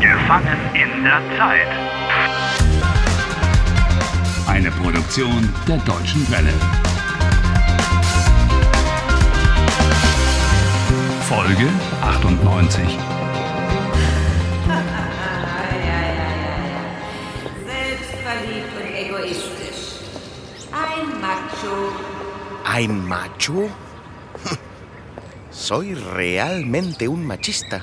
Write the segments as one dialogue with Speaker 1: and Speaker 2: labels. Speaker 1: Gefangen in der Zeit.
Speaker 2: Eine Produktion der Deutschen Welle. Folge 98.
Speaker 3: Selbstverliebt und egoistisch. Ein Macho.
Speaker 4: ¿Ein macho? Soy realmente un machista.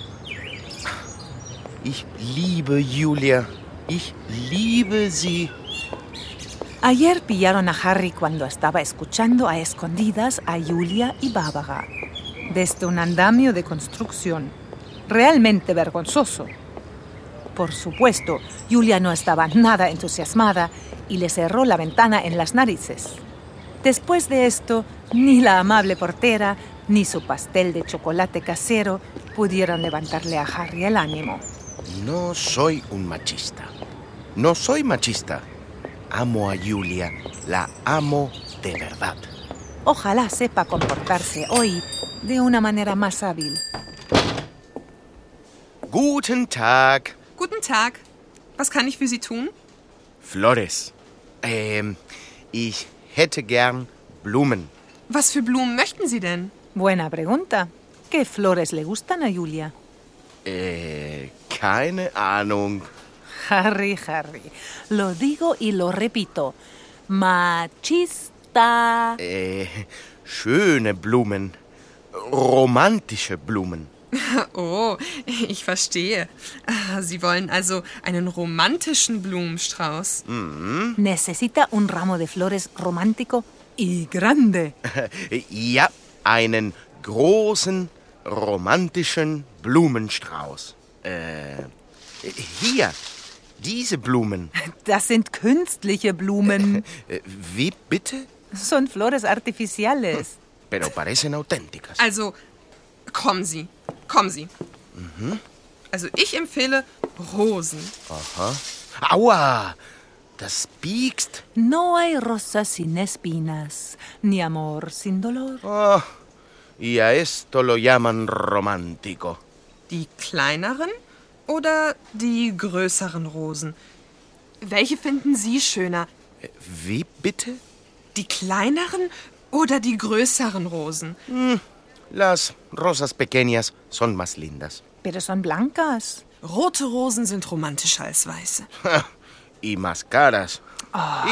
Speaker 4: Ich liebe Julia. Ich liebe sie.
Speaker 5: Ayer pillaron a Harry cuando estaba escuchando a escondidas a Julia y Bárbara desde un andamio de construcción. Realmente vergonzoso. Por supuesto, Julia no estaba nada entusiasmada y le cerró la ventana en las narices. Después de esto, ni la amable portera ni su pastel de chocolate casero pudieron levantarle a Harry el ánimo.
Speaker 4: No soy un machista. No soy machista. Amo a Julia. La amo de verdad.
Speaker 5: Ojalá sepa comportarse hoy de una manera más hábil.
Speaker 4: Guten Tag.
Speaker 6: Guten Tag. Was kann ich für Sie tun?
Speaker 4: Flores. Ähm, ich hätte gern Blumen.
Speaker 6: Was für Blumen möchten Sie denn?
Speaker 5: Buena pregunta. ¿Qué flores le gustan a Julia?
Speaker 4: Äh, keine Ahnung.
Speaker 5: Harry, Harry. Lo digo y lo repito. Machista.
Speaker 4: Äh, schöne Blumen. Romantische Blumen.
Speaker 6: Oh, ich verstehe. Ah, Sie wollen also einen romantischen Blumenstrauß.
Speaker 5: Necesita un ramo de flores romántico y grande.
Speaker 4: Ja, einen großen romantischen Blumenstrauß. Äh, hier, diese Blumen.
Speaker 5: Das sind künstliche Blumen.
Speaker 4: Äh, Wie bitte?
Speaker 5: Son flores artificiales.
Speaker 4: Pero parecen auténticas.
Speaker 6: Also, kommen Sie. Kommen Sie. Also, ich empfehle Rosen.
Speaker 4: Aha. Ah. Aua! Das biegst.
Speaker 5: No hay rosas sin espinas, ni amor sin dolor.
Speaker 4: Oh, y a esto lo llaman romántico.
Speaker 6: Die kleineren oder die größeren Rosen? Welche finden Sie schöner?
Speaker 4: Äh, Wie bitte?
Speaker 6: Die kleineren oder die größeren Rosen?
Speaker 4: Las rosas pequeñas son más lindas.
Speaker 5: Pero son blancas.
Speaker 6: Rote Rosen sind romantischer als weiße.
Speaker 4: Ja, Y más caras.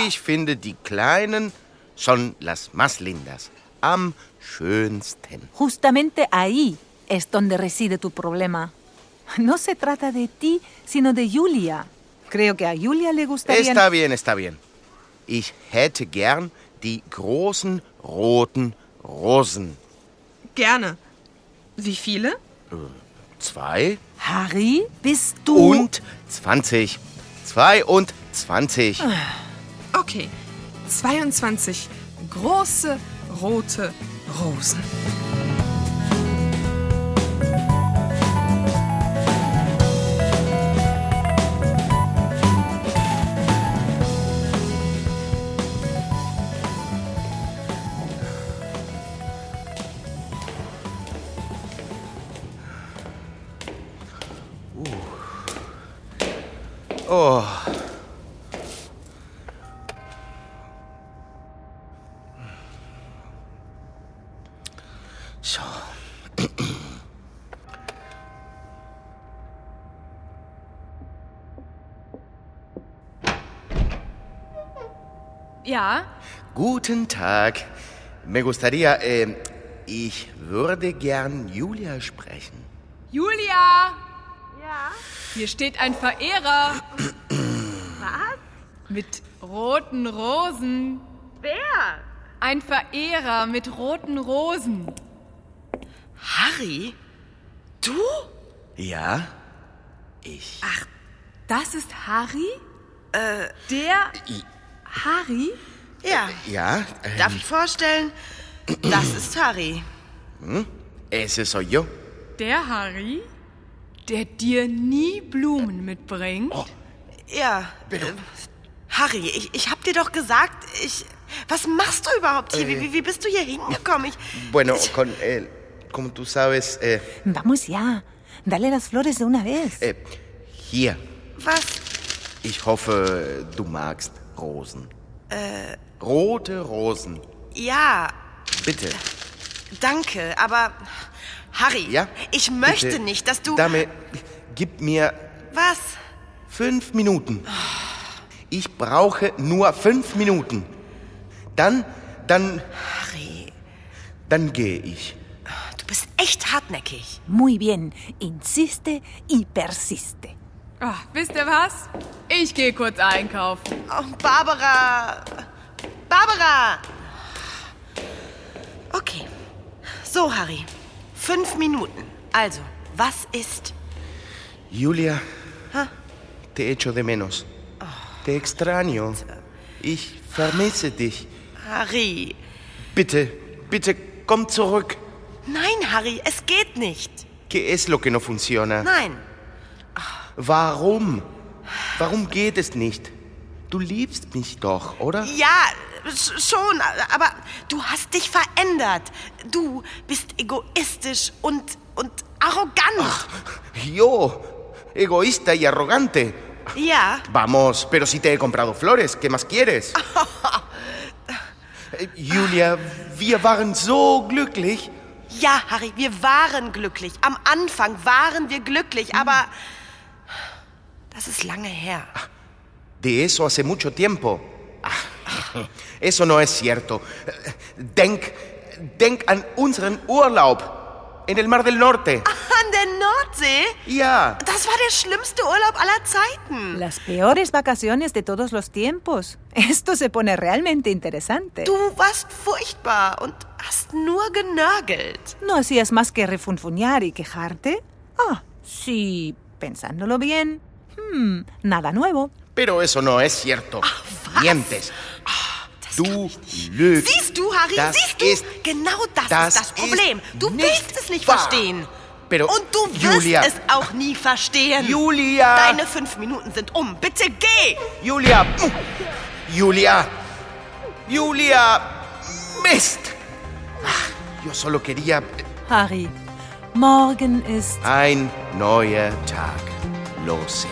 Speaker 4: Ich finde, die kleinen son las más lindas. Am schönsten.
Speaker 5: Justamente ahí es donde reside tu problema. No se trata de ti, sino de Julia. Creo que a Julia le gustaría...
Speaker 4: Está bien, está bien. Ich hätte gern die großen roten Rosen.
Speaker 6: Gerne. Wie viele?
Speaker 4: Zwei
Speaker 5: Harry, bist du...
Speaker 4: und zwanzig. Zwei und zwanzig.
Speaker 6: Okay, 22 große rote Rosen.
Speaker 4: Oh. So.
Speaker 7: Ja,
Speaker 4: Guten Tag. Me gustaría, ähm, ich würde gern Julia sprechen.
Speaker 7: Julia! Ja? Hier steht ein Verehrer. Was? Mit roten Rosen. Wer? Ein Verehrer mit roten Rosen.
Speaker 6: Harry? Du?
Speaker 4: Ja? Ich.
Speaker 7: Das ist Harry? Äh, der
Speaker 4: i-
Speaker 7: Harry?
Speaker 8: Ja,
Speaker 4: Ja, äh,
Speaker 8: darf ich vorstellen? Das ist Harry.
Speaker 4: ese soy yo.
Speaker 7: Der Harry? Der dir nie Blumen mitbringt?
Speaker 8: Ja. ähm, Harry, ich, ich hab dir doch gesagt, ich. Was machst du überhaupt hier? Wie,
Speaker 4: Äh.
Speaker 8: wie, wie bist du hier hingekommen? Ich,
Speaker 4: Bueno, con él, como tú sabes, eh,
Speaker 5: Vamos ya. Dale las flores de una vez.
Speaker 4: eh, hier.
Speaker 8: Was?
Speaker 4: Ich hoffe, du magst Rosen. Äh. Rote Rosen.
Speaker 8: Ja,
Speaker 4: Bitte.
Speaker 8: danke, aber Harry,
Speaker 4: Ja?
Speaker 8: ich möchte
Speaker 4: Bitte.
Speaker 8: nicht, dass du...
Speaker 4: Dame, gib mir
Speaker 8: was?
Speaker 4: fünf Minuten. Ich brauche nur fünf Minuten. Dann, dann,
Speaker 8: Harry,
Speaker 4: dann gehe ich.
Speaker 8: du bist echt hartnäckig.
Speaker 5: Muy bien, insiste y persiste.
Speaker 7: Ah, wisst ihr was? Ich gehe kurz einkaufen.
Speaker 8: Oh, Barbara. Barbara. Okay. So, Harry. Fünf Minuten. Also, was ist...
Speaker 4: Julia, te echo de menos. Te extraño. Ich vermisse dich.
Speaker 8: Harry.
Speaker 4: Bitte, bitte komm zurück.
Speaker 8: Nein, Harry, es geht nicht.
Speaker 4: ¿Qué es lo que no funciona?
Speaker 8: Nein.
Speaker 4: Warum? Warum geht es nicht? Du liebst mich doch, oder?
Speaker 8: Ja, sch- schon, aber du hast dich verändert. Du bist egoistisch und, und arrogant.
Speaker 4: Yo, egoísta y arrogante.
Speaker 8: Ja,
Speaker 4: Vamos, pero si te he comprado flores, ¿qué más quieres? Eh, Julia, wir waren so glücklich.
Speaker 8: ja, Harry, wir waren glücklich. Am Anfang waren wir glücklich, aber das ist lange her.
Speaker 4: De eso hace mucho tiempo. Ah, Eso no es cierto. Denk, denk an unseren Urlaub in el Mar del Norte.
Speaker 8: An der Nordsee?
Speaker 4: Ja,
Speaker 8: Das war der schlimmste Urlaub aller Zeiten.
Speaker 5: Las peores vacaciones de todos los tiempos. Esto se pone realmente interesante.
Speaker 8: Du warst furchtbar und hast nur genörgelt.
Speaker 5: ¿No hacías más que refunfuñar y quejarte? Ah, sí, pensándolo bien. Hmm, nada nuevo.
Speaker 4: pero eso no es cierto.
Speaker 8: Ah,
Speaker 4: Mientes. Du lügst.
Speaker 8: Siehst du, Harry,
Speaker 4: Das
Speaker 8: siehst du?
Speaker 4: ist-
Speaker 8: genau das,
Speaker 4: das
Speaker 8: ist das
Speaker 4: ist
Speaker 8: Problem. du
Speaker 4: nicht
Speaker 8: willst es nicht
Speaker 4: wahr.
Speaker 8: verstehen.
Speaker 4: Pero,
Speaker 8: Und du wirst
Speaker 4: Julia-
Speaker 8: es auch nie verstehen.
Speaker 4: Julia!
Speaker 8: Deine fünf Minuten sind um. Bitte geh!
Speaker 4: Julia! mm. Julia! Julia! Mist! Ah, Yo solo quería eh,
Speaker 5: Harry, morgen ist...
Speaker 4: ein neuer Tag. Los. Sehen.